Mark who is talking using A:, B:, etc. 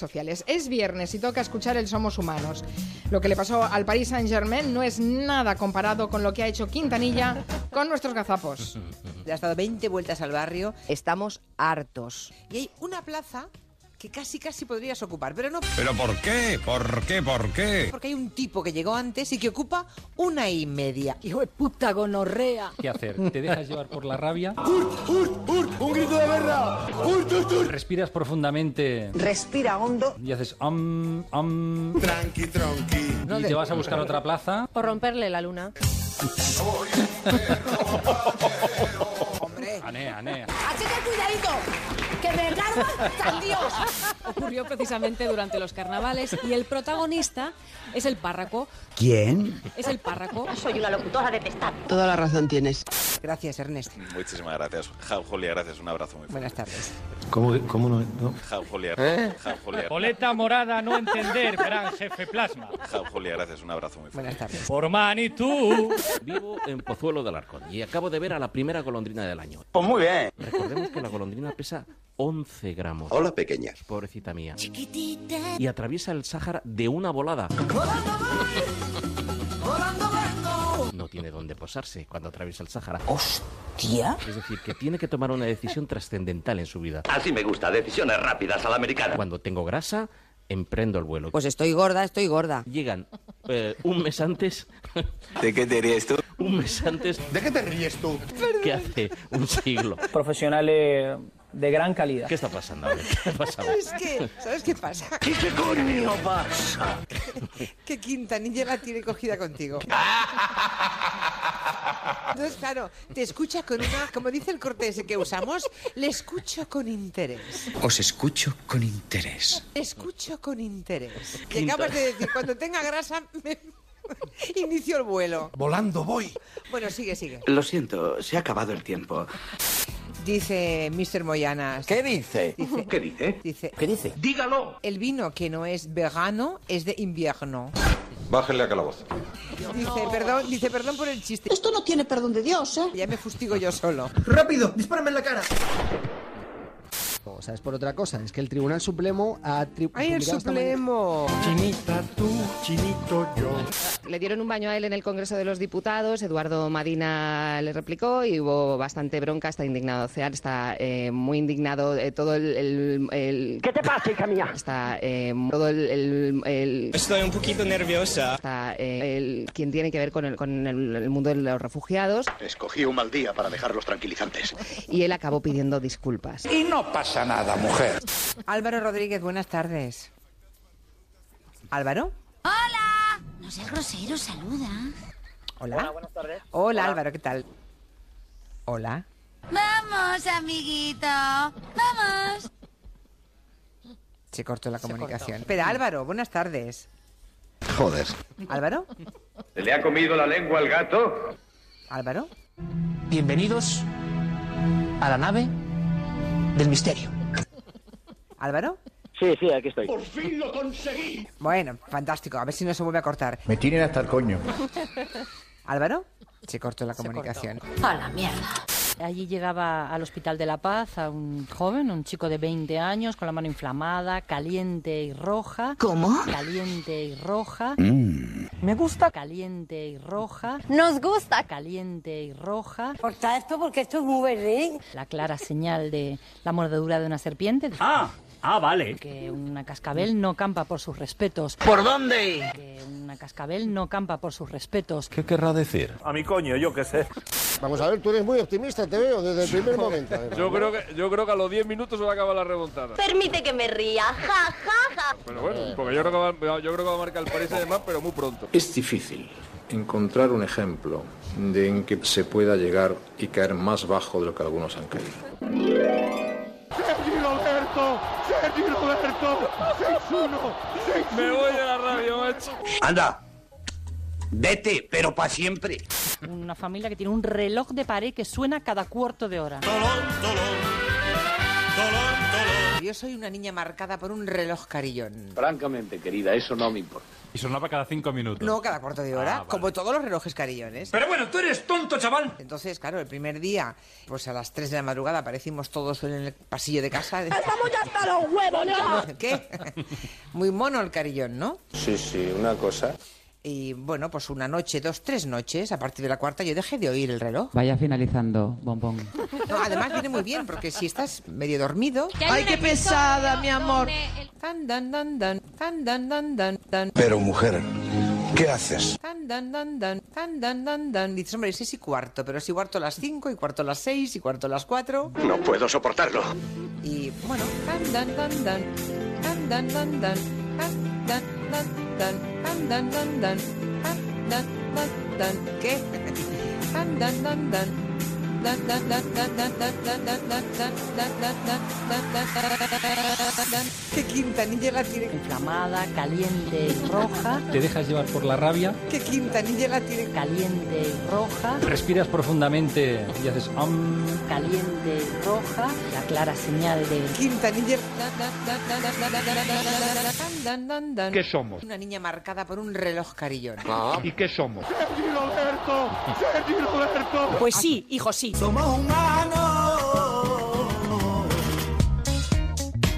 A: sociales. Es viernes y toca escuchar el Somos Humanos. Lo que le pasó al Paris Saint-Germain no es nada comparado con lo que ha hecho Quintanilla con nuestros gazapos.
B: Le has dado 20 vueltas al barrio.
C: Estamos hartos.
B: Y hay una plaza que casi casi podrías ocupar, pero no
D: ¿Pero por qué? ¿Por qué? ¿Por qué?
B: porque hay un tipo que llegó antes y que ocupa una y media.
E: Hijo de puta gonorrea.
F: ¿Qué hacer? ¿Te dejas llevar por la rabia?
G: ¡Urt, urt, urt! ¡Un grito de guerra! ¡Urt, urt, urt!
F: ¿Respiras profundamente?
C: Respira hondo.
F: Y haces am, am.
G: Tranqui, tronqui.
F: Y te vas a buscar otra plaza.
H: O romperle la luna.
B: Hombre,
F: Ané, ané.
I: Así que cuidadito, que me largo hasta Dios.
H: Ocurrió precisamente durante los carnavales y el protagonista es el párraco.
J: ¿Quién?
H: Es el párraco.
I: Soy una locutora de pestar.
K: Toda la razón tienes.
B: gracias Ernest.
D: Muchísimas gracias. Ja, Julia, gracias. Un abrazo muy fuerte.
B: Buenas tardes.
G: ¿Cómo, cómo no, no?
D: Ja, Julia.
G: ¿Eh?
D: Ja, Julia.
F: Poleta morada, no entender, gran jefe plasma.
D: Ja, Julia, gracias. Un abrazo muy fuerte.
B: Buenas tardes.
F: Forman y tú.
L: Vivo en Pozuelo del Arcón y acabo de ver a la primera golondrina del año.
G: Pues muy bien.
L: Recordemos que la golondrina pesa 11 gramos.
D: Hola, pequeña.
L: Pobrecita mía. Y atraviesa el Sáhara de una volada. No tiene dónde posarse cuando atraviesa el Sáhara.
C: Hostia.
L: Es decir, que tiene que tomar una decisión trascendental en su vida.
G: Así me gusta. Decisiones rápidas a la americana.
L: Cuando tengo grasa, emprendo el vuelo.
C: Pues estoy gorda, estoy gorda.
L: Llegan eh, un mes antes,
G: ¿De qué te ríes tú?
L: un mes antes
G: ¿De qué te ríes tú?
L: que hace un siglo.
F: Profesionales de gran calidad.
L: ¿Qué está pasando? ahora? ¿Qué ha pasado?
B: ¿Sabes qué? ¿Sabes qué pasa?
G: ¿Qué coño pasa?
B: Que Quintanilla la tiene cogida contigo. Entonces, claro, te escucha con una, como dice el corte ese que usamos, le escucho con interés.
J: Os escucho con interés.
B: Le escucho con interés. Y acabas de decir, cuando tenga grasa, me... inicio el vuelo.
G: Volando voy.
B: Bueno, sigue, sigue.
M: Lo siento, se ha acabado el tiempo.
B: Dice Mr. Moyanas.
G: ¿Qué dice?
B: Dice,
M: ¿Qué dice?
B: dice,
M: ¿Qué dice? ¡Dígalo!
B: el vino que no es vegano es de invierno.
D: Bájenle a calabozo.
B: Dice, perdón, dice, perdón por el chiste.
I: Esto no tiene perdón de Dios, ¿eh?
B: Ya me fustigo yo solo.
G: ¡Rápido! ¡Dispárame en la cara!
J: O sea, es Oh, por otra cosa, es que el Tribunal Supremo ha tri-
B: ¡Ay, el
J: publicado esta mañana-
B: supremo!
G: Chinita tú, chinito yo.
H: Le dieron un baño a él en el Congreso de los Diputados, Eduardo Madina le replicó y hubo bastante bronca, está indignado Cear, está eh, muy indignado eh, todo el... ¿Qué te pasa, hija mía? Está eh, todo el... el- el-
F: Estoy un poquito nerviosa.
H: está, eh, el- quien tiene que ver con, el, con el- el mundo de los refugiados
G: Escogí un mal día para dejarlos tranquilizantes.
H: y él acabó pidiendo disculpas.
G: Y no pasa nada, mujer.
B: Álvaro Rodríguez, buenas tardes. ¿Álvaro?
I: No seas grosero, saluda.
B: Hola. Hola, buenas tardes. Hola, Álvaro, ¿qué tal? Hola.
I: Vamos, amiguito. Vamos.
B: Se cortó la comunicación. Espera, Álvaro, buenas tardes.
G: Joder.
B: ¿Álvaro?
M: ¿Se le ha comido la lengua al gato?
B: ¿Álvaro?
K: Bienvenidos a la nave del misterio.
B: ¿Álvaro?
K: Sí, sí, aquí estoy.
B: Bueno, fantástico. A ver si no se vuelve a cortar.
G: Me tienen hasta el coño.
B: ¿Álvaro? Se cortó la comunicación.
I: A la mierda.
E: Allí llegaba al Hospital de la Paz a un joven, un chico de 20 años, con la mano inflamada, caliente y roja.
C: ¿Cómo?
E: Caliente y roja.
B: Me gusta.
E: Caliente y roja.
H: Nos gusta
E: Caliente y roja.
I: Corta esto porque esto es muy verde.
E: La clara señal de la mordedura de una serpiente.
F: Ah, ah, vale.
E: Que una cascabel no campa por sus respetos.
K: ¿Por dónde?
E: Que una cascabel no campa por sus respetos.
D: ¿Qué querrá decir?
M: A mi coño, yo qué sé.
J: Vamos a ver, tú eres muy optimista, te veo, desde el primer momento. además.
F: Yo creo, que, yo creo que a los 10 minutos se va a acabar la remontada.
I: Permite que me ría. Ja, ja, ja.
F: Pero bueno, porque yo creo que va, yo creo que va a marcar el París además, pero muy pronto.
M: Es difícil encontrar un ejemplo de en que se pueda llegar y caer más bajo de lo que algunos han caído.
F: Me voy de la radio, macho.
G: Anda. Vete, pero para siempre.
E: Una familia que tiene un reloj de pared que suena cada cuarto de hora.
B: yo soy una niña marcada por un reloj carillón.
N: Francamente, querida, eso no me importa. Y sonaba cada cinco minutos.
B: No, cada cuarto de hora,
N: Ah, vale.
B: como todos los relojes carillones. Pero bueno, tú eres tonto, chaval. Entonces, claro, el primer día, pues a las 3 de la madrugada aparecimos todos en el pasillo de casa. ¡Estamos ya hasta los huevos,
I: ya!
B: ¿Qué? Muy mono el carillón, ¿no?
M: Sí, sí, una cosa.
B: Y bueno, pues una noche, dos, tres noches, a partir de la cuarta yo dejé de oír el reloj.
O: Vaya finalizando, bombón.
B: No, además viene muy bien, porque si estás medio dormido...
I: Que hay ¡Ay, un qué pesada, mi amor!
B: Tan, dan, dan, dan, tan, dan, dan, dan, dan.
G: Pero mujer, ¿qué haces?
B: Tan, dan, dan, dan, tan, dan, dan, dan. Dices, hombre, sí, sí, cuarto, pero sí cuarto a las cinco, y cuarto a las seis, y cuarto a las cuatro.
G: No puedo soportarlo.
B: Y bueno, tan, dan, dan, dan, tan, dan, dan, dan, tan, dan, dan, dan, tan, dan, dan, dan, tan, dan, dan, dan. ¿Qué? Tan, dan, dan, dan. Dan, dan, dan, dan, dan, dan, dan, dan, dan, dan, dan, dan, dan, dan, dan, dan, dan. ¿Qué Quintanilla la tiene?
E: Inflamada, caliente y roja.
P: Te dejas llevar por la rabia,
B: ¿Qué Quintanilla la tiene?
E: Caliente y roja.
P: respiras profundamente y haces... "Am".
E: Caliente y roja. La clara señal de...
B: Quintanilla.
P: ¿Qué somos?
B: Una niña marcada por un reloj carillón.
P: ¿Y qué somos?
I: Roberto! Sergio Roberto! Pues sí, hijo, sí. Somos humanos.